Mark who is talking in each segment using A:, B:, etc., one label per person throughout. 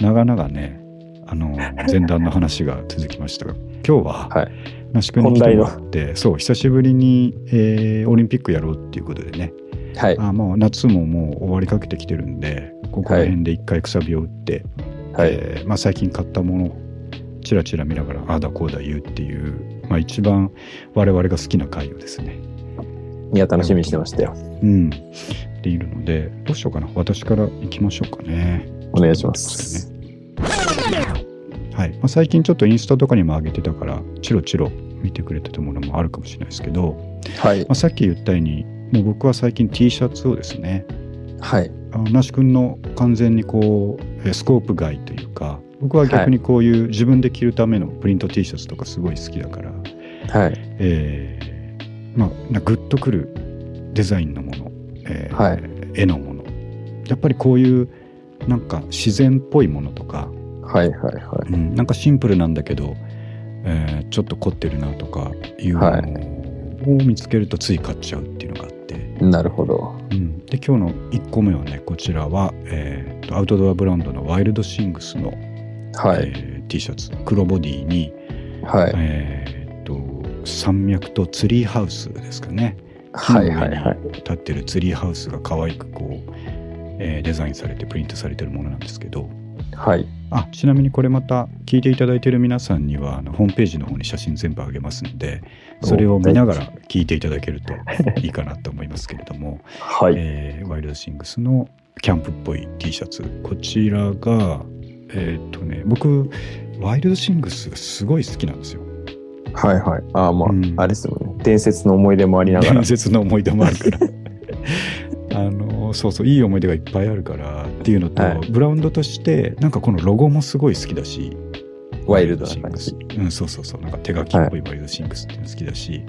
A: 穴がね、あ の、前段の話が続きましたが、今日は、
B: はい
A: 那須君に来てもらって、そう、久しぶりに、えーオリンピックやろうっていうことでね、
B: はい。
A: あもう夏ももう終わりかけてきてるんで、ここら辺で一回くさびを打って、
B: はい。
A: えーまあ、最近買ったものをちらちら見ながらああだこうだ言うっていう、まあ、一番我々が好きな回をですね、
B: いや、楽しみにしてましたよ。
A: うん、でいるのでどうしようかな私から行きましょうかね。
B: お願いします。
A: はいまあ、最近ちょっとインスタとかにも上げてたからチロチロ見てくれてたものもあるかもしれないですけど、
B: はい
A: ま。あ、さっき言ったようにもう僕は最近 T シャツをですね
B: はい。
A: あの那須君の完全にこうえースコープ外というか僕は逆にこういう自分で着るためのプリント T シャツとかすごい好きだから、
B: はい。
A: えーまあなグッとくるデザインのもの、えー
B: はい
A: 絵のものやっぱりこういうなんか自然っぽいものとか、
B: はい。はい。は
A: うんなんかシンプルなんだけど、えーちょっと凝ってるなとかいう
B: はい
A: のを見つけるとつい買っちゃうっていうのがあって。
B: い。なるほど。
A: うん、で今日の1個目はねこちらは、えーとアウトドアブランドのワイルドシングスの、
B: はい。
A: えー T シャツ黒ボディに、
B: はい。
A: えーと山脈とツリーハウスですかね
B: はい。はい。はい。
A: 立ってるツリーハウスが可愛くこう、えーデザインされてプリントされてるものなんですけど
B: はい。
A: あちなみにこれまた聞いていただいてる皆さんにはあのホームページの方に写真全部あげますのでそれを見ながら聞いていただけるといいかなと思いますけれども。
B: はい。
A: えーワイルドシングスのキャンプっぽい T シャツこちらがえーっとね僕ワイルドシングスがすごい好きなんですよ
B: はい。はい。ああ、ま
A: うん
B: あ、あれですもんね。伝説の思い出もありながら
A: 伝。説の思い出もあるから あのそうそういい思い出がいっぱいあるからっていうのと、
B: はい
A: ブランドとしてなんかこのロゴもすごい好きだし
B: ワイルド
A: シ
B: な
A: ン
B: 感
A: グス
B: じ。
A: うん、そうそうそうなんか手書きっぽいワイルドシングスっていうの好きだし、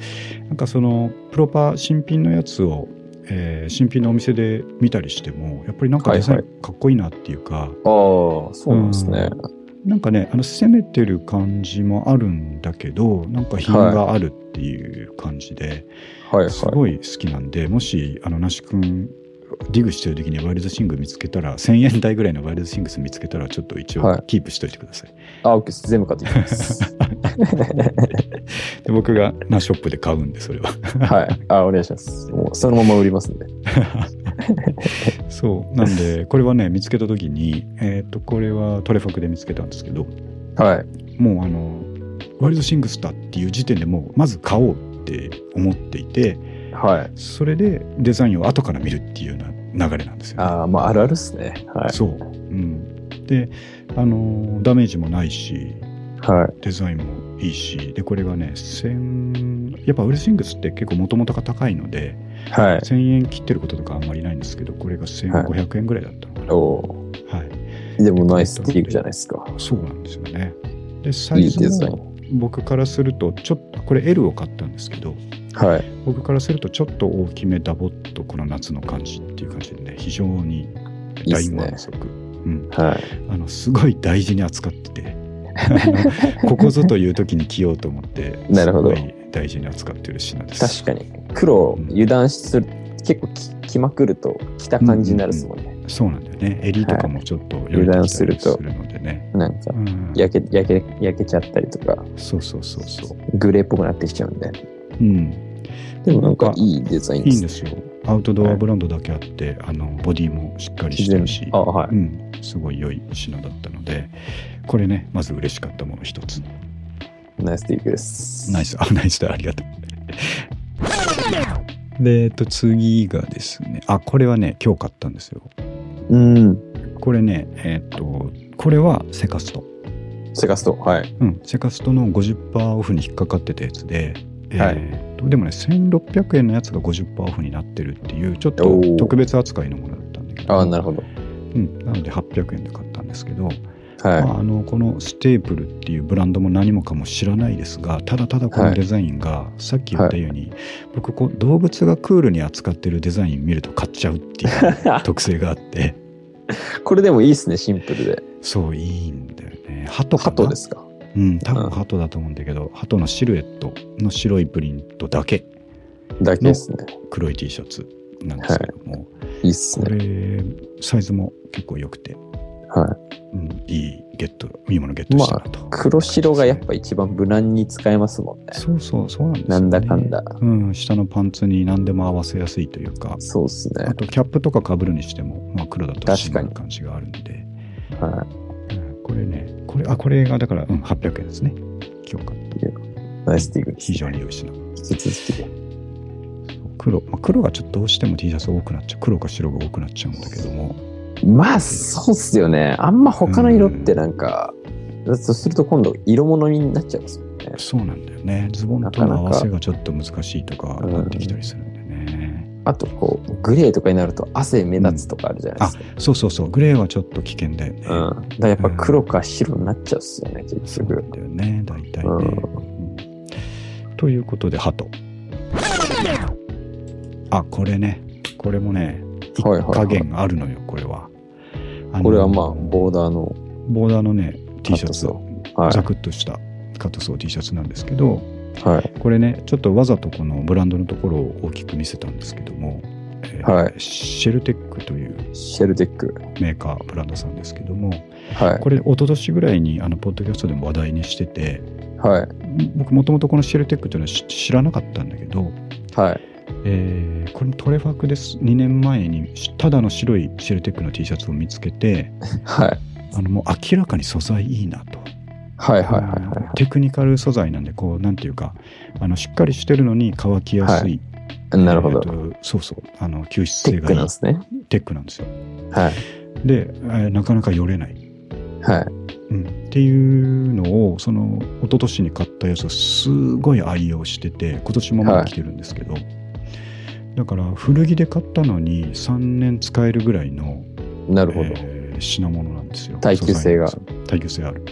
A: なんかそのプロパ新品のやつを、えー新品のお店で見たりしてもやっぱりなんかデザイ
B: は
A: ンかっこいいなっていうか、
B: ああ、そうなんですね。
A: なんかねあの攻めてる感じもあるんだけどなんか品があるっていう感じで、
B: はい。
A: す
B: は
A: ごい好きなんでもしあの那須君ディグしてる時にワイルドシング見つけたら1000円台ぐらいのワイルドシングス見つけたらちょっと一
B: は
A: 応
B: い
A: キープしといてください、
B: い。あ、オッケーです。全部買ってきます。
A: で僕がなショップで買うんでそれ は
B: はい。あ、お願いします。もう、そのまま売りますんで。
A: そうなんでこれはね見つけた時に、えー、とこれはトレファクで見つけたんですけど
B: はい。
A: もうあのワイルドシングスだっていう時点でもうまず買おうって思っていて
B: はい。
A: それでデザインを後から見るっていうような流れなんですよ、ね。
B: ああ、まあ、あるあるっすね。はい。
A: そう、うん、で、あのーダメージもないし
B: はい。
A: デザインもいいしでこれがね1000やっぱウルシングスって結構もともとが高いので、
B: はい。
A: 1000円切ってることとかあんまりないんですけどこれが1500円ぐらいだったのかな、
B: お
A: は
B: お
A: い
B: ー。でも、ナイスティークじゃないですか。
A: そうなんですよねでサ
B: い
A: イ
B: い
A: ズ
B: デザイ
A: も
B: ン。
A: 僕からするとちょっとこれ L を買ったんですけど
B: はい。
A: 僕からするとちょっと大きめダボっとこの夏の感じっていう感じでね非常に
B: いいっ
A: ライ
B: す
A: ン
B: ね
A: は不足うん、
B: はい。
A: あのすごい大事に扱って てあのここぞという時に着ようと思って
B: なるほど
A: すごい大事に扱ってる品です
B: 確かに黒を油断する結構き着まくると着た感じになるっすもんね、
A: そうなんだよね襟とかもちょっと
B: 油断すると
A: よりもきたりするのでね、
B: なんか
A: うん、
B: 焼け焼け焼けちゃったりとか
A: そうそうそうそう
B: グレーっぽくなってきちゃうんで
A: うん
B: でもなんか
A: なんか
B: いいデザイン
A: い
B: で
A: いん
B: す
A: ですよアウトドアブランドだけあって、あのボディもしっかりしてるし
B: あはい、
A: うん、すごい良い品だったのでこれねまず嬉しかったもの一つ
B: ナイスティークです
A: ナイ ス、あ、ナイスだ、ありがとう。で、えっと、次がですね、あ、これはね、今日買ったんですよ。
B: うん
A: これね、えっと、これはセカスト。
B: セカストはい
A: うん、セカストの50%オフに引っかかってたやつで、
B: はい
A: えっとでもね、1600円のやつが50%オフになってるっていう、ちょっ
B: お
A: と
B: ー
A: 特別扱いのものだったんだけど、
B: ああなるほど
A: うん、なので800円で買ったんですけど、ま
B: は
A: あ、あのこのステープルっていうブランドも何もかも知らないですがただただこのデザインが、さっき言ったように、僕こう動物がクールに扱ってるデザイン見ると買っちゃうっていう 特性があって
B: いこれでもいいっすねシンプルで
A: そういいんだよね鳩かな
B: 鳩ですか
A: うん多分
B: うん
A: 鳩だと思うんだけど鳩のシルエットの白いプリントだけ
B: だけですね
A: 黒い T シャツなんですけども、
B: いいっす
A: こ
B: ね
A: れサイズも結構良くて、
B: は
A: うん、いいゲット、いいものゲットしたなと、
B: 黒白がやっぱ一番無難に使えますもんね。
A: そうそう、そうなんですよ、ね。
B: なんだかんだ。
A: うん、下のパンツに何でも合わせやすいというか、
B: そうっすね
A: あ。とキャップとか被るにしても、まあ、黒だと締まる感じがあるんで、
B: は
A: うんこれね、これ、あ、これがだから、うん、800円ですね。今日か。
B: い。ナイスティグです、
A: 非常
B: ね。
A: に良い品。
B: 引き続
A: 黒、まあ、黒がちょっとどうしても T シャツ多くなっちゃう、黒か白が多くなっちゃうんだけども、
B: き。まあ、そうっすよね。あんま他の色ってなんか、だとすると今度色物になっちゃいますもんね。
A: そうなんだよね。ズボンとの合わせがちょっと難しいとかなってきたりするんでね。
B: あとこう、グレーとかになると汗目立つとかあるじゃないですか。
A: そうそうそう、グレーはちょっと危険だよね。
B: うん。だからやっぱ黒か白になっちゃうっすよね、結
A: そうな
B: 局
A: ん。だよね、大体ね。
B: うん
A: うんということで、ハト。あ、これね、これもね、一
B: はいはいは
A: 加
B: い
A: 減あるのよ、これは。あの
B: これはまあ、ボーダーの。
A: ボーダーのね、T シャツ
B: カッ、は
A: ザクッとしたカットソー T シャツなんですけど、
B: い。はい。
A: これね、ちょっとわざとこのブランドのところを大きく見せたんですけども、えー
B: はい
A: シェルテックという
B: シェルテック。
A: メーカー、ブランドさんですけども、
B: は
A: これ、一昨年ぐらいに、あの、ポッドキャストでも話題にしてて、
B: い。はい。
A: 僕もともとこのシェルテックというのは知知らなかったんだけど、
B: はい。
A: えーこれトレファクです2年前にしただの白いシェルテックの T シャツを見つけて
B: はい。
A: あのもう明らかに素材いいなと、
B: はいはいはいは
A: テクニカル素材なんでこうなんていうかあのしっかりしてるのに乾きやすい、
B: い。なるほど。
A: え
B: テ
A: ーとそうそうあの吸湿性
B: ッ
A: が
B: ク
A: いい
B: なんですね。
A: テックなんですよ
B: はい。
A: で、えーなかなかよれない、
B: はい。
A: うん、っていうのをその一昨年に買ったやつをすごい愛用してて今年もまだ着てるんですけど、だから古着で買ったのに3年使えるぐらいの
B: なるほど。
A: えー品物なんですよ
B: 耐久性が
A: 素材なんですよ耐久性ある、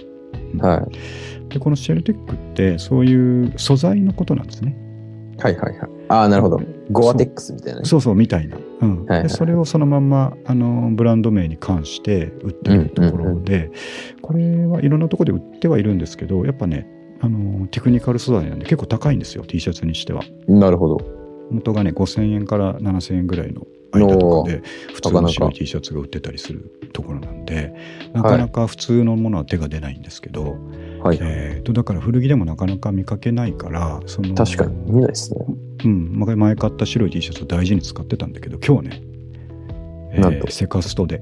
A: うん
B: はい。
A: でこのシェルテックってそういう素材のことなんですね
B: はいはいはい。ああ、なるほど。ゴアテックスみたいなね。
A: そうそうみたいな、うん
B: はいはい
A: でそれをそのまんまあのブランド名に関して売ってるところで、これはいろんなところで売ってはいるんですけどやっぱねあのテクニカル素材なんで結構高いんですよ T シャツにしては
B: なるほど。
A: 元がね5000円から7000円ぐらいの間とかで普通の白い T シャツが売ってたりするところなんでなかなか普通のものは手が出ないんですけど、
B: はい。
A: えー、とだから古着でもなかなか見かけないからその
B: 確かに、見ないですね。
A: うん、ま前買った白い T シャツを大事に使ってたんだけど今日ね、えー
B: なんと
A: セカストで、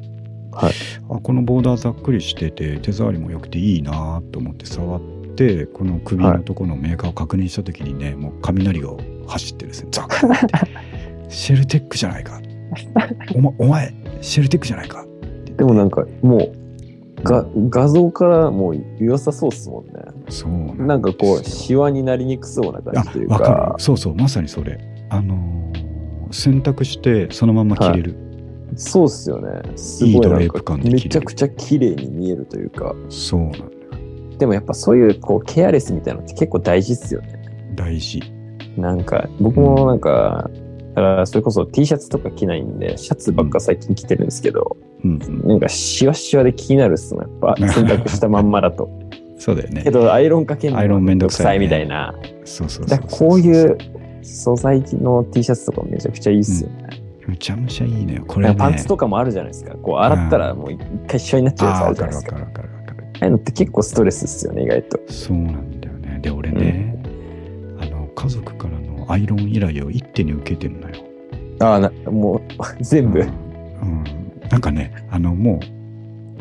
B: はい
A: あこのボーダーざっくりしてて手触りも良くていいなと思って触ってこの首のとこのメーカーを確認した時にね、もう雷が走って ですねザクッてシェルテックじゃないかお,、ま、お前シェルテックじゃないか
B: でもなんか、もう、が画像からもう良さそうっすもんね。
A: そう
B: なんかこう、
A: ですよ
B: シワになりにくそうな感
A: あ
B: じという
A: わか
B: か、
A: るそうそうまさにそれあのー洗濯してそのまんま着れる、
B: そうっすよね。す
A: いい
B: ごい
A: ド
B: な
A: レ
B: ん
A: ープ
B: か、
A: 感で着れる
B: めちゃくちゃ綺麗に見えるというか、
A: そうなんだよ
B: でもやっぱそういうこう、ケアレスみたいなのって結構大事っすよね。
A: 大事
B: なんか、僕もなんか、だからそれこそ T シャツとか着ないんで、シャツばっか最近着てるんですけど、
A: うん
B: なんかシワシワで気になるっすもん、やっぱ、洗濯したまんまだと。
A: そうだよ
B: け
A: ね
B: ど、アイロンかけるの
A: アイロンめんどくさいね
B: めんどみたいな。
A: そうそうそ
B: だ
A: う
B: から
A: そう
B: こういう素材の T シャツとかめちゃくちゃいいっすよね。
A: むちゃむちゃいいのよこ
B: な
A: れ
B: ん
A: ね
B: かパンツとかもあるじゃないですか。こう洗ったらもう一回一緒になっちゃうやつ
A: あ
B: あ
A: あ分
B: るじゃ
A: かる
B: ないです
A: 分
B: か。
A: かる分かる分かる
B: ああいうのって結構ストレスっすよね、意外と。
A: そうなんだよねで俺ね、あの家族からのアイロン依頼を一手に受けてるのよ
B: ああ、なもう 全部。
A: うん
B: は、
A: うんなんかねあのもう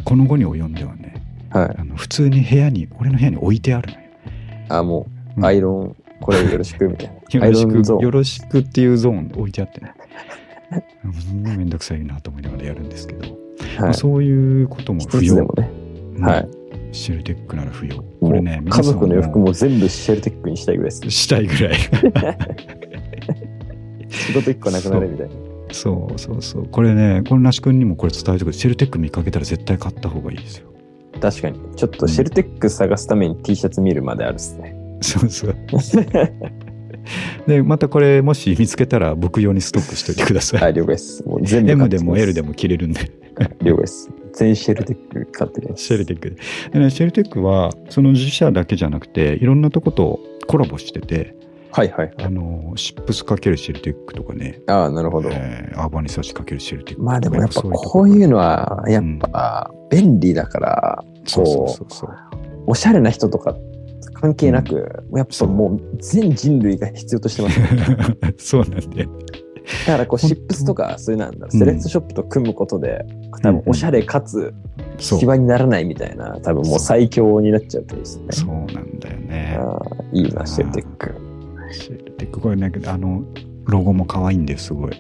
A: この後に及んではね
B: い。
A: あの普通に部屋に俺の部屋に置いてあるのよ
B: ああ、も
A: うん
B: うアイロン、これよろしくみたいな。ア
A: よろ
B: イロ
A: し
B: ンゾ
A: く、
B: ー
A: よ
B: ン。
A: ろしくっていうゾーンで置いてあって ね。うんめんどくさいなと思いながらやるんですけど、ま
B: は
A: あ
B: い。
A: そういうことも
B: 一
A: 不
B: つで
A: 要
B: も。ね。
A: うん
B: はい
A: シェルテックなら不要。こ
B: も
A: れ
B: う
A: ね、
B: 家族の洋服
A: 皆
B: も全部シェルテックにしたいぐらいです
A: さん。したいぐらい。
B: 仕事一個なくなるみたいな。
A: そうそうそう。これね、このなし君にもこれ伝えてくる。シェルテック見かけたら絶対買った方がいいですよ。
B: 確かに。ちょっとシェルテック探すために T シャツ見るまであるっすね。
A: そうそう。で、またこれ、もし見つけたら僕用にストックしておいてください。
B: はい、了解です。もう全部買
A: M
B: っ
A: で
B: てきます。
A: も L でも着れるんで。
B: 了解です。全シェルテック買ってきます。
A: シェルテックでねシェルテックはその自社だけじゃなくていろんなとことコラボしてて、
B: はいはい。
A: あのシップスかけるシェルティックとかね、
B: ああ、なるほど。
A: えーアーバニサーチかけるシェルティックとか
B: まあでもやっぱ
A: そういうと
B: こういうのは、やっぱ便利だから、
A: そうそうそうそう
B: おしゃれな人とか関係なく、やっぱもう全人類が必要としてますよ
A: そうなんで
B: だからこう、シップスとか、そういうなんだろう、セレクトショップと組むことで、多分おしゃれかつ、
A: そう
B: 隙間にならないみたいな、多分もう最強になっちゃうといいですね。
A: そうなんだよね
B: ああいいな、シェテック。
A: シェルティックこれねあのロゴも可愛いんですごい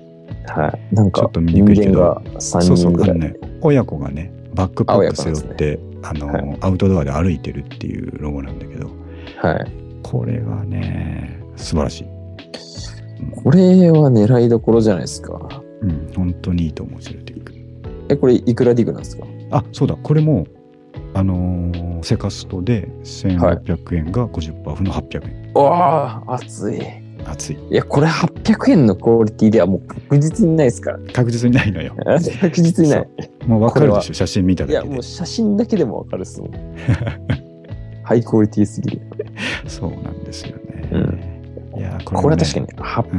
B: はい。なん
A: ちょ
B: か
A: っ、と見に
B: 人
A: くいけ
B: 間
A: ど
B: が3人ぐら
A: あの
B: い。
A: ね、親子がねバックパック背負ってあの、
B: は
A: アウトドアで歩いてるっていうロゴなんだけど
B: はい。
A: これはね素晴らしい、
B: これは狙いどころじゃないですか。
A: うん、本当にいいと思うシェルティック
B: え、これいくらディグなんですか
A: あそうだこれもあのーセカストで1800円が50%オフの800円、
B: わあ、熱い。
A: 熱い
B: いや、これ800円のクオリティではもう確実にないですからね。
A: 確実にないのよ
B: 確実にない。
A: もう分かるで
B: これ
A: しょ写真見た
B: いや、
A: だけで
B: もう写真だけでもわかるっすも ん。ハイクオリティすぎる。
A: そうなんですよね、いやー こ
B: これは確か
A: に
B: に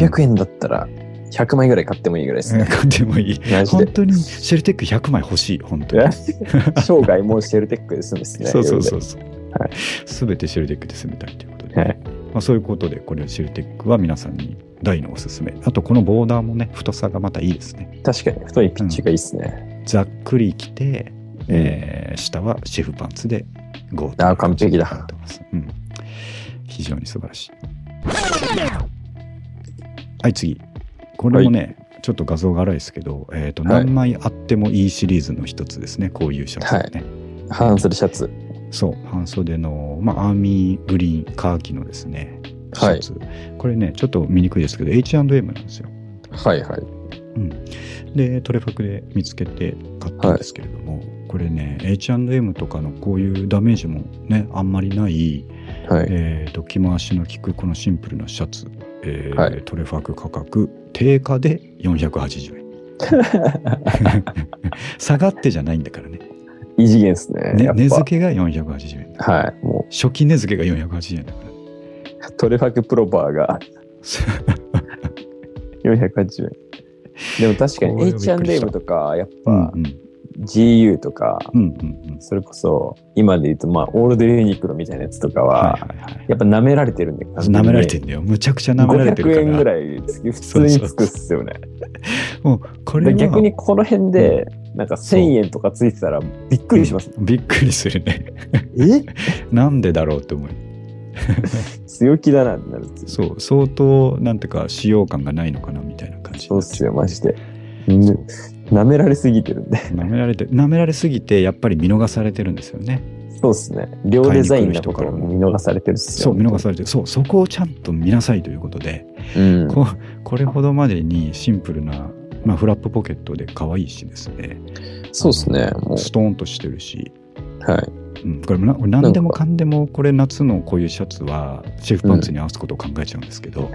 B: 800円だったら100枚ぐらい買ってもいいぐらいですね。
A: 買ってもいい
B: マジ
A: 本
B: で。
A: 当にシェルティック100枚欲しい本当に
B: 生涯もうシェルテックで済むんですね。。
A: そうそうそううそう。
B: は
A: すべてシェルテックで済みたいということで、
B: はい
A: まあ、そういうことで、これをシェルテックは皆さんに大のおすすめ。あと、このボーダーもね、太さがまたいいですね。
B: 確かに太いピッチがいいですね。
A: ざっくり着て、えー下はシェフパンツでゴー
B: あー完璧だ
A: なってます。うん。非常に素晴らしい。はい、次。これもね、ちょっと画像が荒いですけど、えーと
B: はい
A: 何枚あってもいいシリーズの一つですね、こういうシャツね。
B: 半袖シャツ。
A: そう半袖の、まあ、アーミーグリーンカーキのですねシ
B: は
A: ャ
B: い
A: ツ、これねちょっと見にくいですけど H&M なんですよ
B: はいはい。
A: でトレファクで見つけて買ったんですけれども、これね H&M とかのこういうダメージもねあんまりない、
B: はい。
A: えーと着回しの効くこのシンプルなシャツ、えー
B: はい
A: トレファク価格定価で480円 下がってじゃないんだからね
B: 異次元ですね。
A: ね
B: やっ
A: 値
B: ぱ
A: 付。けが480円
B: はい。も
A: 初期値付けが480円だから
B: うトレファクプロバーが480円。でも確か
A: これ
B: に
A: はびっくりした
B: H&M とか、やっ
A: う
B: ぱ
A: んうん
B: GU とか、
A: うんうん
B: それこそ今で言うと、まあ、オールドユニクロみたいなやつとか
A: うん。
B: は、
A: いはいはい。
B: やっぱ舐められてるんで、
A: 舐められて
B: る。
A: んだよ。むちゃくちゃ舐められてる
B: 500
A: から。
B: 円ぐらいつ普通につくっすよね。
A: もうこれ
B: で
A: は
B: 逆にこの辺で、なんか1000円とかついてたらびっくりします。
A: うんびっくりするね。
B: え
A: なんでだろうって思う。
B: 強気だなってなるんですよ
A: そう、相当、なんていうか、使用感がないのかなみたいな感じ。
B: そうっすよ、マジで。
A: そ
B: ね
A: う。
B: 舐められすぎてるんで。
A: 舐められて、舐められすぎて、やっぱり見逃されてるんですよね。
B: そうっすね。両デザインのところも見逃されてるっす
A: そ
B: よ。
A: う、見逃されてる。そう、そこをちゃんと見なさいということで、
B: うん。
A: ここれほどまでにシンプルな、まあ、フラップポケットで可愛いしですね、
B: そうっすね。も
A: ストーンとしてるし、
B: う、はい。
A: うん、これもな俺何でもかんでもこれ夏のこういうシャツはシェフパンツに合わすことを考えちゃうんですけど、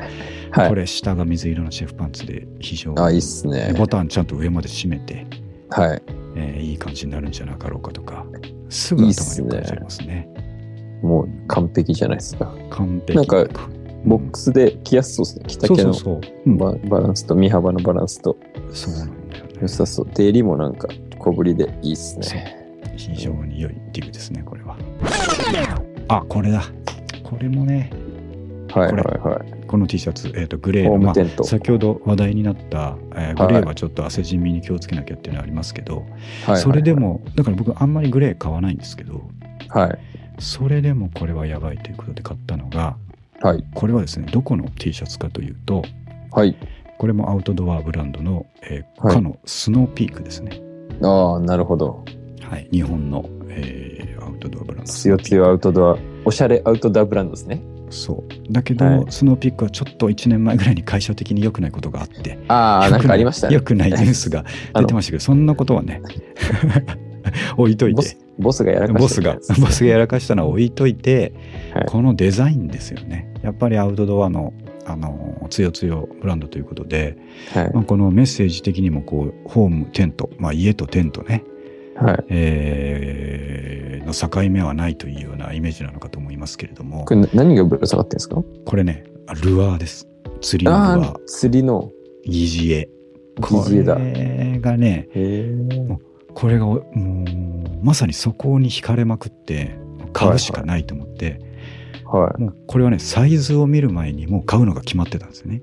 B: は
A: こ
B: い。
A: れ下が水色のシェフパンツで非常に
B: あ、いいっすね。
A: ボタンちゃんと上まで締めて、
B: はい。
A: えーいい感じになるんじゃなかろうかとかすぐ
B: いいっ
A: 頭
B: す
A: に
B: ね
A: 浮かんじゃいますね
B: もう完璧じゃないですか。
A: 完璧
B: なんかボッ
A: ク
B: クスで着やすそうですね。着
A: そう
B: 丈
A: そ
B: の
A: うそう、うん
B: ババランスと身幅のバランスと
A: そうなんだよね
B: 良さそう。出入りもなんか小ぶりでいいっすね。
A: 非常に良いディグですねこれはあこれだこれもね
B: はい
A: これ
B: はいはい。
A: この T シャツ、えー、とグレー
B: ホ
A: の、
B: ー
A: ま
B: ム
A: あ
B: テ、ント。
A: 先ほど話題になった、えー
B: はい
A: グレーはちょっと汗染みに気をつけなきゃっていうのはありますけど、
B: はいはい
A: それで。もだから僕あんまりグレー買わないんですけど
B: はい。
A: それでもこれはやばいということで買ったのが
B: はい。
A: これはですねどこの T シャツかというと
B: はい。
A: これもアウトドアブランドの、えー
B: はい
A: かのスノーピークですね、
B: ああ、なるほど。
A: はい、日本の、えーアウトドアブランド
B: 強強アウトドア。おしゃれアウトドアブランドですね。
A: そうだけど、
B: はい
A: スノーピークはちょっと1年前ぐらいに会社的に良くないことがあって
B: ああ、
A: 良
B: なん
A: く
B: かありましたね
A: 良。くないニュースが
B: あ
A: 出
B: の
A: てましたけどそんなことはね 置いとい
B: ボ
A: て
B: スボスがやらか
A: ボ
B: し
A: ス
B: た
A: が
B: やつ。
A: ボスがやらかしたのは置いといて、
B: はい
A: このデザインですよねやっぱりアウトドアのあの強強ブランドということで、
B: はい
A: まあ、このメッセージ的にもこうホームテント、まあ、家とテントね
B: はい。
A: えーの境目はないというようなイメージなのかと思いますけれども
B: これな何がぶら下がってるんですか
A: これねあルアーです釣りのルア
B: あ
A: ー
B: あ、釣りの。
A: 疑似餌
B: 疑似餌だ
A: これがね
B: へえ。
A: これがおもうまさにそこに惹かれまくって買うしかないと思って、
B: はい。
A: もうこれはねサイズを見る前にもう買うのが決まってたんですよね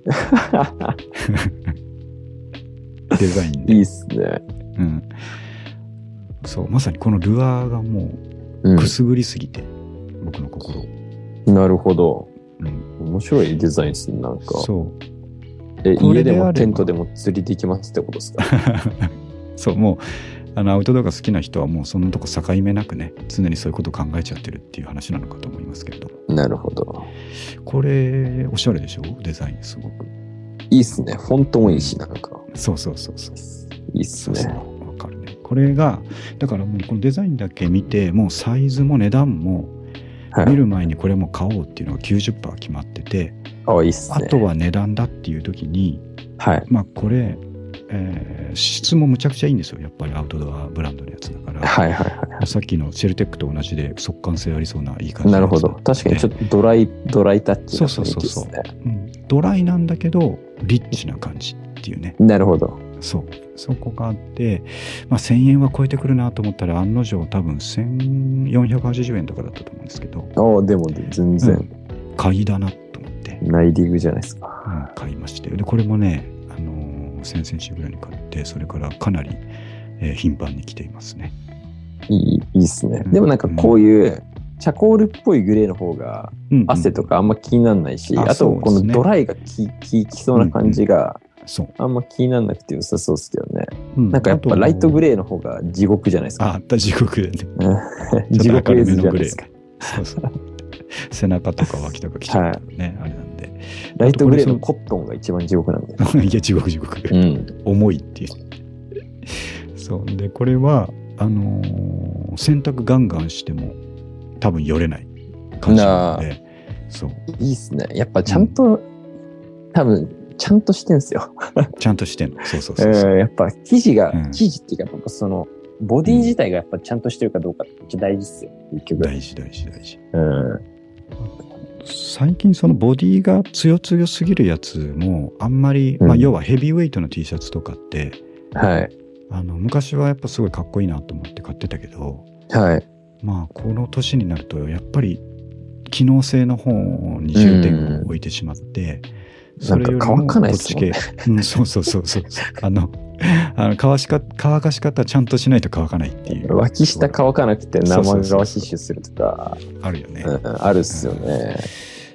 A: デザイン で
B: いいっすね。
A: うん、そうまさにこのルアーがも
B: う
A: うくすぐりすぎて、僕の心を、
B: ん。なるほど。
A: うん、
B: 面白いデザインっすね、なんか。
A: そう
B: え、
A: これ
B: 家
A: で
B: で
A: あれば
B: もテントでも釣りできますってことですか
A: そうもうあのアウトドアが好きな人はもうそんなとこ境目なくね常にそういうことを考えちゃってるっていう話なのかと思いますけれども
B: なるほど。
A: これおしゃれでしょデザインすごく
B: いいっすね。フォントもいいし、なんか。
A: そうそうそうそう
B: いいっす
A: そうそう
B: ね。
A: わかるねこれがだからもうこのデザインだけ見てもうサイズも値段も
B: は
A: 見
B: い。
A: る前にこれも買おうっていうのが90%決まってて、
B: ああ、いいっす
A: あ
B: ね。
A: とは値段だっていう時に
B: はい。
A: まあこれ、えー質もむちゃくちゃいいんですよやっぱりアウトドアブランドのやつだから、
B: はいはいは
A: さっきのシェルテックと同じで速乾性ありそうないい感
B: い。
A: じ
B: な
A: の
B: る
A: やつ
B: ほど。確かにちょっとドライ、ドライタッチな
A: そうそう
B: 雰囲
A: そう
B: 気っ
A: そう
B: すね。
A: うんドライなんだけどリッチな感じっていうね
B: なるほど。
A: そうそこがあって、まあ、1000円は超えてくるなと思ったら案の定多分1480円とかだったと思うんですけど
B: ああ、でも全然、
A: 買いだなと思って、
B: ナイディングじゃないですか。
A: うん買いましてでこれもね、あのー先々週ぐらいに買ってそれからかなり、えー頻繁に来ていますね
B: いい、いいっすね。
A: うん
B: でもなんかこういう、チャコールっぽいグレーの方が、
A: うんうん
B: 汗とかあんま気にならないし、
A: うんあ
B: あとこ
A: そうですね
B: のドライがき、き、きそうな感じが、
A: そう、
B: あんま気にならなくて良さそうっすけどね。
A: うん
B: なんかやっぱライトグ
A: ー
B: レーの方が地獄じゃないです
A: ああ
B: か。
A: った地獄でね
B: 地獄絵図じゃ
A: ちょっと明るめの
B: ない
A: グレー
B: ですか。
A: そうそう背中とか脇とか来ちゃったらね、あれなんで
B: ライトグレーのコットンが一番地獄なんで。
A: いや地獄地獄
B: うん。
A: 重いっていう。そうでこれはあのー洗濯ガンガンしても多分よれない感じなのでそう
B: いいっすね。やっぱちゃんと、多分、ちゃんとしてんすよ。
A: ちゃんとしてんのそうそう
B: え
A: そうそう、
B: ーやっぱ生地が、
A: うん
B: 生地っていうか、僕その、ボディ自体がやっぱちゃんとしてるかどうかってめっちゃ大事っすよ。結局。
A: 大事大事大事
B: うん。
A: 最近そのボディが強強すぎるやつもあんまり、まあ、
B: うん
A: 要はヘビーウェイトの T シャツとかって、
B: はい。
A: あの昔はやっぱすごいかっこいいなと思って買ってたけど
B: はい。
A: まあこの年になるとやっぱり機能性の方に重点を置いてしまって、それよりも
B: なんか乾かないっ
A: こっ
B: す
A: ち
B: もん
A: 系、うん、そうそう そうそうあのあの乾しか乾かし方ちゃんとしないと乾かないっていう
B: 脇下乾かなくて
A: そ
B: 生
A: うそうそうそう
B: 乾きシュするとか、
A: あるよね、
B: うん、あるっすよね。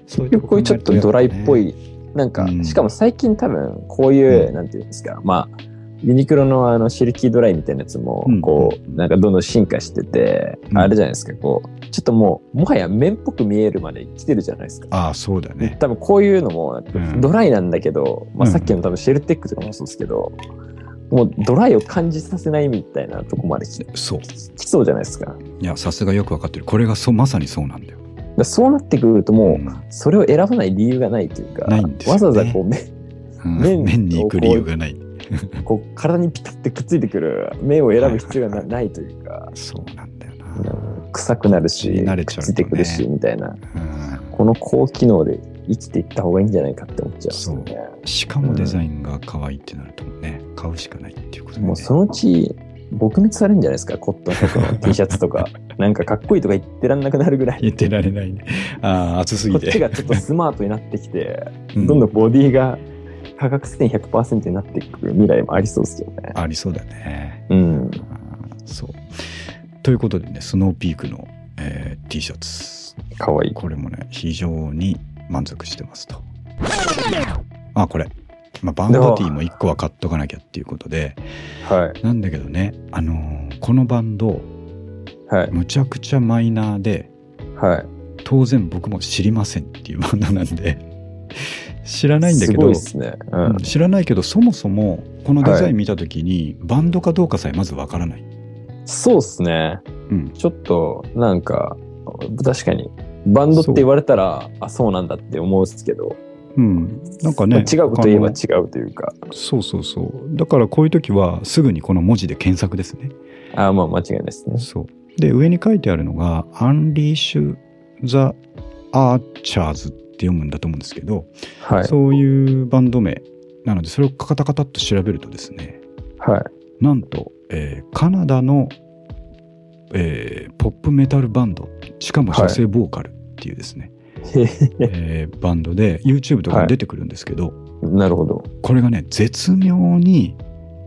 A: そういうと
B: 結局
A: こ
B: こういうちょっとドライっぽ
A: 考
B: い、なんか、
A: うん
B: しかも最近多分こういう、
A: うん
B: なんていうんですか、まあ、ユニクロのあのシルキードライみたいなやつも
A: うん、
B: こう、なんかどんどん進化してて、
A: うん
B: あれじゃないですか、こう、ちょっともう、もはや綿っぽく見えるまで来てるじゃないですか。
A: えたらねああそうだね、
B: 多分こういうのも
A: うん
B: ドライなんだけど、まあ、
A: うん
B: さっきの多分シェルテックとかもそうですけど、もうドライを感じさせないみたいなとこまで来て
A: そう
B: 来そうじゃないですか。だか
A: いやさすがよくわかってるこれがそうまさにそうなんだよ、
B: らそうなってくるともう、
A: うん
B: それを選ばない理由がないというか、
A: ないんですよ
B: わ
A: ね
B: ざわざこう、め
A: うん
B: 麺
A: 麺に行く理由がない
B: こう体にピタッてくっついてくる麺を選ぶ必要がな,、
A: はい
B: というか、
A: そうなんだよな、
B: うん臭くなるし、
A: 慣れ
B: くっ
A: ちゃうとね
B: ついてくるしみたいな
A: うん
B: この高機能で生きていった方がいいんじゃないかって思っちゃうんですよね。
A: しかもデザインが可愛いってなるとね、買うしかないっていうことで、ね、
B: もうそのうち撲滅されるんじゃないですかコットン100の T シャツとかなんかかっこいいとか言ってらんなくなるぐらい
A: 言ってられないね。ああ、暑す
B: こ
A: ぎ
B: っち
A: て。
B: がちょっとスマートになってきて、
A: う
B: どんどんボディが価格線100%になっていく未来もありそうですよね。
A: ありそうだね。
B: うん
A: あ、ーそう。ということでね、スノーピークの、えー T シャツ。
B: かわいい。
A: これもね、非常に満足してますと。あ、これ。まあ、バンド T も1個は買っとかなきゃっていうことで、
B: はい。
A: なんだけどね、あのーこのバンド、
B: はい。
A: むちゃくちゃマイナーで、
B: はい。
A: 当然僕も知りませんっていうバンドなんで、 知らないんだけ
B: すご
A: ど
B: いで、すね。うん。
A: 知らないけどそもそもこのデザイン見た時に、バンドかどうかさえまずわからない、
B: そうですね。
A: うん、
B: ちょっと、なんか、確かに、バンドって言われたら、あ、そうなんだって思うんですけど、
A: うん、なんかね
B: まあ違うこと言えば
A: あの
B: 違うというか、
A: そうそうそうだからこういう時はすぐにこの文字で検索ですね
B: あまあ間違いないですね。
A: そう。で、上に書いてあるのが、アンリーシュ・ザ・アーチャーズって読むんだと思うんですけど、
B: はい。
A: そういうバンド名なので、それをカタカタっと調べるとですね、
B: はい。
A: なんと、えーカナダの、えーポップメタルバンド、しかも女性ボーカルっていうですね、
B: へへ
A: えーバンドで、YouTube とかに出てくるんですけど、
B: なるほど。
A: これがね、絶妙に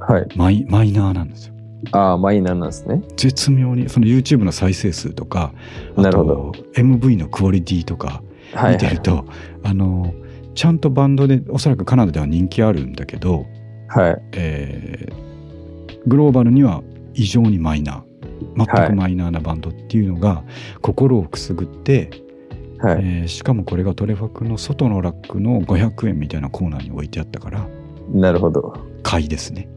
B: はい。
A: マイマイナーなんですよ。
B: ああ、マイナーなんですね。
A: 絶妙に、その YouTube の再生数とか、あ
B: なるほ
A: と
B: ど
A: MV のクオリティとか
B: はい、
A: 見
B: は
A: てる
B: い。
A: と、あの、ちゃんとバンドで、おそらくカナダでは人気あるんだけど、
B: はい。
A: えーグローバルには異常にマイナー全くマイナーなバンドっていうのが心をくすぐって、
B: はい。
A: えーしかもこれがトレファクの外のラックの500円みたいなコーナーに置いてあったから
B: なるほど。
A: 買いですね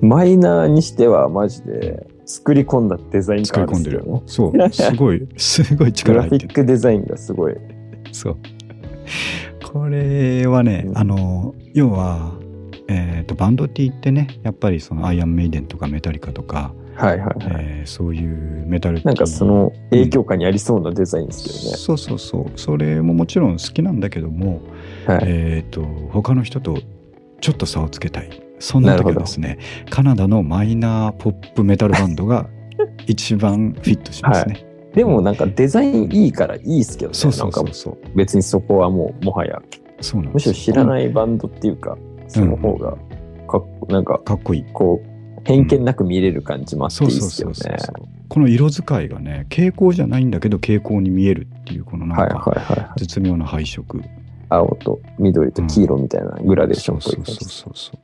B: マイナーにしてはマジで作り込んだデザイン
A: 作
B: 感
A: り
B: で
A: 込ん
B: す
A: で
B: よ
A: る
B: ね。
A: そうすごいすごい
B: グ
A: 力
B: ラフ
A: 入
B: ィ
A: って
B: ッ
A: る
B: クデザインがすごい。
A: そうこれはねあの要は、えーとバンドって言ってねやっぱりそのアイアンメイデンとかメタリカとか、
B: はいはいはい。
A: えーそういうメタル
B: なんかその影響下にありそうなデザインですよね。
A: そうそうそうそれももちろん好きなんだけども、
B: はい。
A: えっ、と他の人とちょっと差をつけたいそんな時はですねカナダのマイナーポップメタルバンド が一番フィットしますね、
B: でもなんかデザインいいからいいですけどね。
A: そうそうそ
B: なん
A: う
B: か
A: そう
B: 別にそこはもうもはや、
A: そうなん
B: む
A: で
B: し
A: す
B: ろ知ら
A: い
B: ないバンドっていうか、その方がかっこ、なんか
A: かっこいい
B: こう、偏見なく見れる感じもあって
A: そ
B: いういで
A: そう
B: す
A: そ
B: よ
A: う
B: ね
A: そ。うこの色使いがね傾向じゃないんだけど傾向に見えるっていうこのなん
B: はいはい
A: か
B: はい。
A: 絶妙な配色、
B: 青と緑と黄色みたいなグラデーションっぽ
A: そ
B: い
A: う
B: 感
A: そう
B: じ。
A: そうそう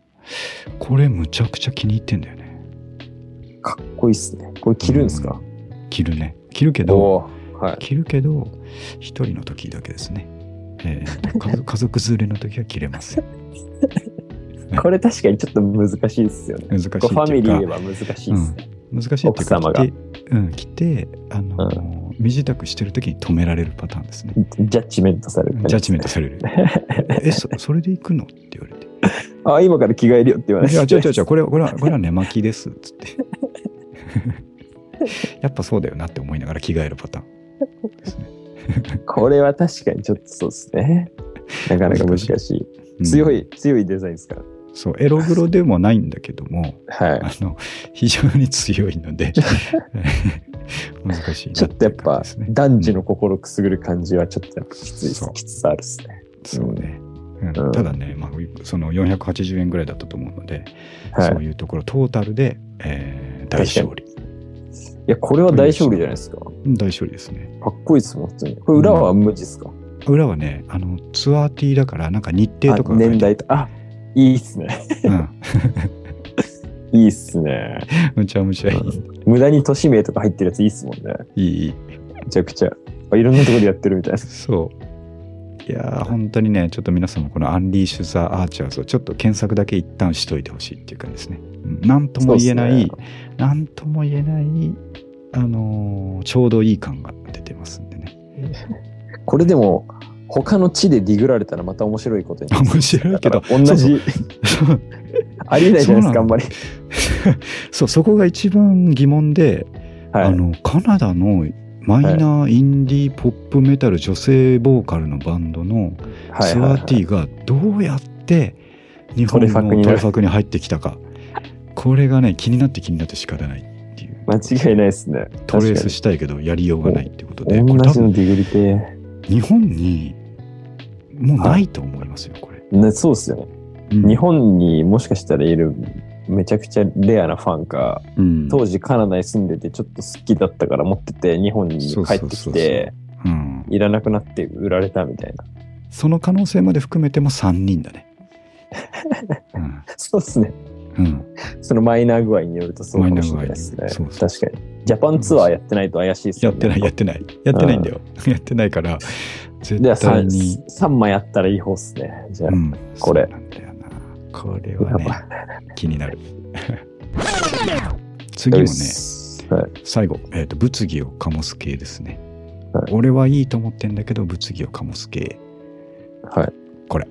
A: これむちゃくちゃ気に入ってんだよね
B: かっこいいっすね。これ着るんですか、
A: 着るね着るけど
B: おおーはい。
A: 着るけど一人の時だけですね、えー 家族家族連れの時は着れます
B: これ確かにちょっと難しいですよね。
A: 難しいっていう
B: こう
A: か
B: ファミリーは難しいですね。
A: 難しいっていうか
B: 奥様が
A: 着て,、うん、着てあのー、身支度してる時に止められるパターンですね
B: ジャッジメントされる、
A: ジャッジメントさ れるえそそれで行くのって言われて
B: ト。あ、今から着替えるよって言わ
A: 「いや
B: れて。
A: 違う違う違うこれはこれはこれは寝巻きです」っつって やっぱそうだよなって思いながら着替えるパターンですね、
B: これは確かにちょっとそうですね。なかなか難しい。
A: うん
B: 強い、強いデザインですから。
A: そうエログロでもないんだけども
B: はい。
A: あの非常に強いの で難しい
B: ち
A: な
B: ょっとやっぱ、
A: ていう感
B: 男児の心くすぐる感じはちょっとやっぱきついっす
A: そう
B: きつさあるですね。
A: じですねそうね、うん
B: うん
A: ただね、まあ、その480円ぐらいだったと思うので、
B: はい
A: そう。いうところトータルで、えー大勝利
B: いや、これは大勝利じゃないですか。か
A: うん大勝利ですね
B: っこいいですもん、普通に。これ裏は無地ですか、
A: 裏はねあのツアーティーだからなんか日程
B: あ
A: とかが書
B: 年
A: いてある
B: 代と。あ、いいっすね。 いいっすね。
A: うん、むちゃむちゃいい、
B: 無駄に都市名とか入ってるやついいっすもんね。
A: いい
B: めちゃくちゃ。あいろんなところでやってるみたいな。
A: そういやー本当にねちょっと皆さんもこの「アンリーシュ・ザ・アーチャーズ」をちょっと検索だけ一旦しといてほしいっていう感じですね。うんなんとも言えない、
B: そうっ
A: なんとも言えない、あのーちょうどいい感が出てますんで ね。
B: すねこれでも、他の地でディグられたらまた面白いことになる
A: 面白いけど
B: だ、から同
A: そう
B: じ、
A: そう
B: ありえないじゃないで
A: そうな
B: すか、
A: の
B: あんまり。
A: そう、そこが一番疑問で、
B: は
A: あ
B: い。
A: の、カナダのマイナーインディーポップメタル女性ボーカルのバンドの
B: はい
A: ツ
B: はい
A: ア
B: はい
A: ーティーがどうやって日
B: ト
A: 本
B: レ
A: の
B: ファクになる
A: トレファクに入ってきたか。これがね、気になって気になって仕方ないっていう。
B: 間違いないですね。
A: トレースしたいけど、やりようがないってこと
B: 確か
A: で、
B: に
A: これ
B: 同
A: 多
B: じ
A: 分
B: のディグリ系。
A: 日本にもうないと思いますよ、これ。
B: ね、そうっすよね。
A: うん
B: 日本にもしかしたらいるめちゃくちゃレアなファンか、
A: うん
B: 当時カナダに住んでてちょっと好きだったから持ってて、日本に帰って
A: そ
B: き
A: うそうそうそ
B: て、
A: うん
B: いらなくなって売られたみたいな。
A: その可能性まで含めても3人だね。うん
B: そうっすね。
A: うん、
B: そのマイナー具合によるとそうかもしれないです
A: マイナ
B: ね。
A: ー具合にそう
B: 確かに。ジャパンツアーやってないと怪しいです
A: や
B: よ
A: って
B: ね。
A: ない、やってない。やってないんだよ。 やってないから、絶
B: じゃあ
A: 対
B: 3,
A: に。
B: 枚やったらいい方っすね。じゃあ。
A: うん、
B: これ
A: そうなんだよな。これは ね
B: や、
A: 気になる。 次もね、
B: はい。
A: 最後、えっ、と、物議を醸す系ですね。
B: はい
A: 俺はいいと思ってんだけど、物議を醸す系。
B: はい。
A: これ。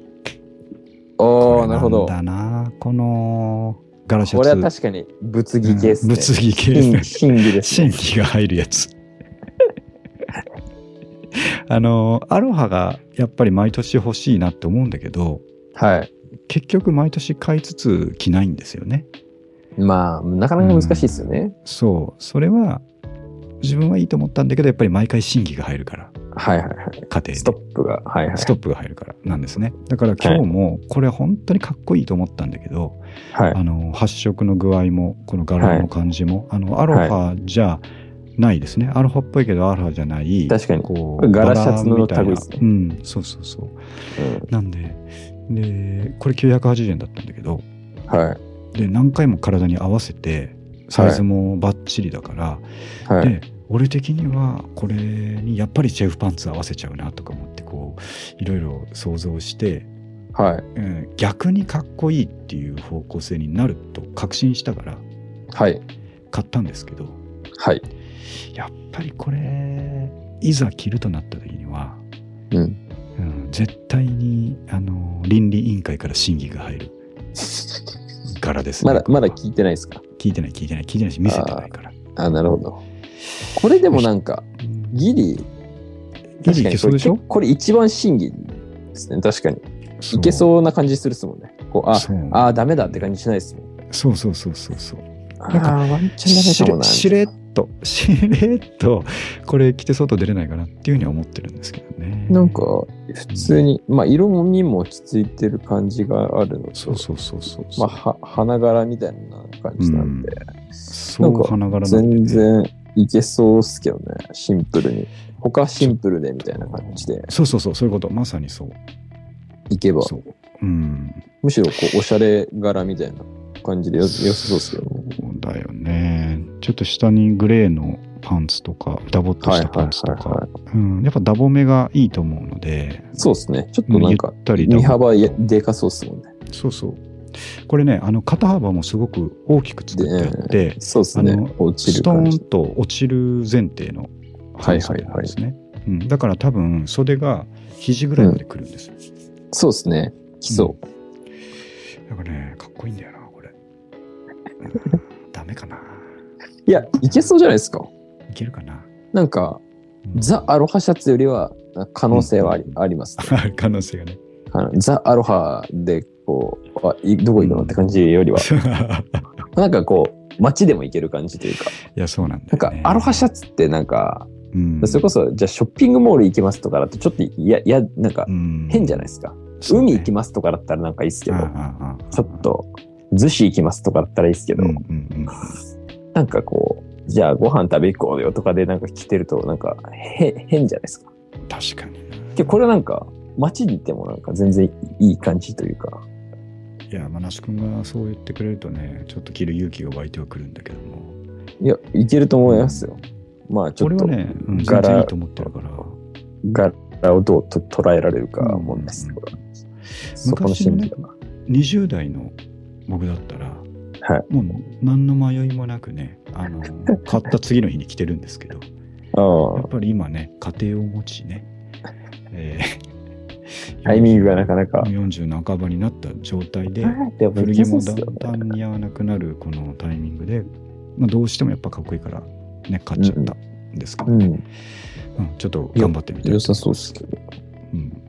B: お
A: こ
B: ー、
A: れ
B: なるほど。
A: んだな。この、ガラシャ
B: これは
A: ツ
B: 確かに物議系っすね。
A: 物議系ですね
B: 真真議です
A: 新
B: ね。
A: 規が入るやつ あのアロハがやっぱり毎年欲しいなって思うんだけど
B: はい。
A: 結局毎年買いつつ着ないんですよね
B: まあ、なかなか難しいですよね。
A: そうそれは自分はいいと思ったんだけどやっぱり毎回新規が入るから
B: はいはいはい。
A: 家庭に
B: ストップが、はいはい。
A: ストップが入るからなんですねだから今日もこれ本当にかっこいいと思ったんだけど、
B: はい。
A: あの発色の具合もこの柄の感じも、あのアロハじゃないですね、アロハっぽいけどアロハじゃない
B: 確かに。
A: こ
B: これ柄シャツの
A: バラみ
B: 類
A: たい
B: ですね
A: なうんそうそうそう
B: う
A: なんででこれ980円だったんだけど
B: ん、はい。
A: で何回も体に合わせてサイズもバッチリだから、
B: はい。
A: で俺的にはこれにやっぱりシェフパンツ合わせちゃうなとか思ってこういろいろ想像して、
B: はい。
A: うん、逆にかっこいいっていう方向性になると確信したから
B: はい。
A: 買ったんですけど
B: はい。
A: やっぱりこれいざ着るとなった時には
B: うん。
A: うん絶対にあの倫理委員会から審議が入る柄ですね。
B: まだ、まだ
A: 聞
B: 聞いてないですか
A: いてない聞いてない聞いてないし見せてないから。
B: あ、なるほど。これでもなんか、
A: うん
B: ギリ、
A: ギリいけそうでしょ
B: 確かにこれこれ一番審議ですね。確かに。いけ
A: う
B: そうな感じするっすもんね。こうあ
A: そう
B: あー、ダメだって感じしないですもん。
A: そうそうそうそうそう。
B: あ
A: なんか
B: ーワンチャンダメ
A: し
B: かも
A: れ
B: な。
A: しれっと しれっとこれ着て外出れないかなっていうふうには思ってるんですけどね。
B: なんか、普通に、まあ、色味も落ち着いてる感じがあるのと、
A: そうそうそうそう
B: ま
A: そう。
B: あ、は花柄みたいな感じなんで、
A: そう
B: なんか
A: 花柄なんでね
B: 全然いけそうっすけどね、シンプルに。他シンプルでみたいな感じで
A: そうそうそうそういうことまさにそう
B: いけば、
A: そう。うん。
B: むしろこうおしゃれ柄みたいな感じでよ良さそうっすけどね。
A: そうだよね。ちょっと下にグレーのパンツとか、ダボっと
B: はい
A: したパ
B: はいはい
A: ンツとか、
B: は
A: う
B: い。
A: ん、やっぱダボめがいいと思うので、
B: そうっすね。ちょっとなんか
A: ゆ、ったりダボ
B: 身幅やでかそうっすもんね。
A: そうそう。これね、あの肩幅もすごく大きく作ってあって、
B: そうっすね
A: あの。
B: 落ち
A: ス
B: る
A: ト
B: 感
A: ー
B: じ
A: ン。と落ちる前提の半袖なんですね。うん、だから多分袖が肘ぐらいまでくるんですよ、。
B: そうっすね。来そう
A: だからね、かっこいいんだよな、これ。 うんダメかな。
B: う。いや、いけそうじゃないですか。
A: いけるかな。
B: なんか、
A: うん
B: ザ・アロハシャツよりは可能性はあり,、あります、ね
A: 可能性がね。
B: あのザ・アロハで、こう、あいどこ行くのって感じよりは、なんかこう、街でも行ける感じというか、
A: いや、そうなんだ
B: なん
A: よ、
B: か
A: ね。
B: アロハシャツってなんか、
A: うん、
B: それこそ、じゃあショッピングモール行きますとかだと、ちょっといや、いや、なんか
A: うん
B: 変じゃないですか。
A: そうね
B: 海行きますとかだったらなんかいいっすけど、
A: ああああ
B: ちょっと、逗子行きますとかだったらいいっすけど、
A: うんうんうん
B: なんかこう、じゃあご飯食べ行こうよとかでなんか来てると、なんかへ変じゃないですか。
A: 確かに
B: で、これはなんか、街にいてもなんか全然いい感じというか、
A: いやまなし君がそう言ってくれるとねちょっと着る勇気が湧いてはくるんだけども
B: いや、いけると思いますよ。まあ、ちょ
A: これ
B: っ
A: は
B: と、
A: ね、うん、全然いい
B: 柄
A: と、思ってるから
B: 柄をどうと捉えられるか
A: うん
B: 問題ですね、これは。
A: のね
B: そこの心理だな。
A: 20代の僕だったら、
B: は
A: もう何の迷いもなくねあ の買った次の日に着てるんですけどやっ
B: あ
A: ぱり今ね家庭を持ちね、 えー
B: あ、 タイミングがなかなか。
A: 40半ばになった状態で
B: ああ、でも
A: 古
B: い
A: 着
B: けそう
A: も
B: っす
A: だ
B: よ
A: ん
B: ね。
A: だん似合わなくなるこのタイミングで、まあ、どうしてもやっぱかっこいいからね買っちゃったんですけど、
B: うん、
A: うんちょっと頑張ってみたい
B: 良さそうっすけど。
A: うん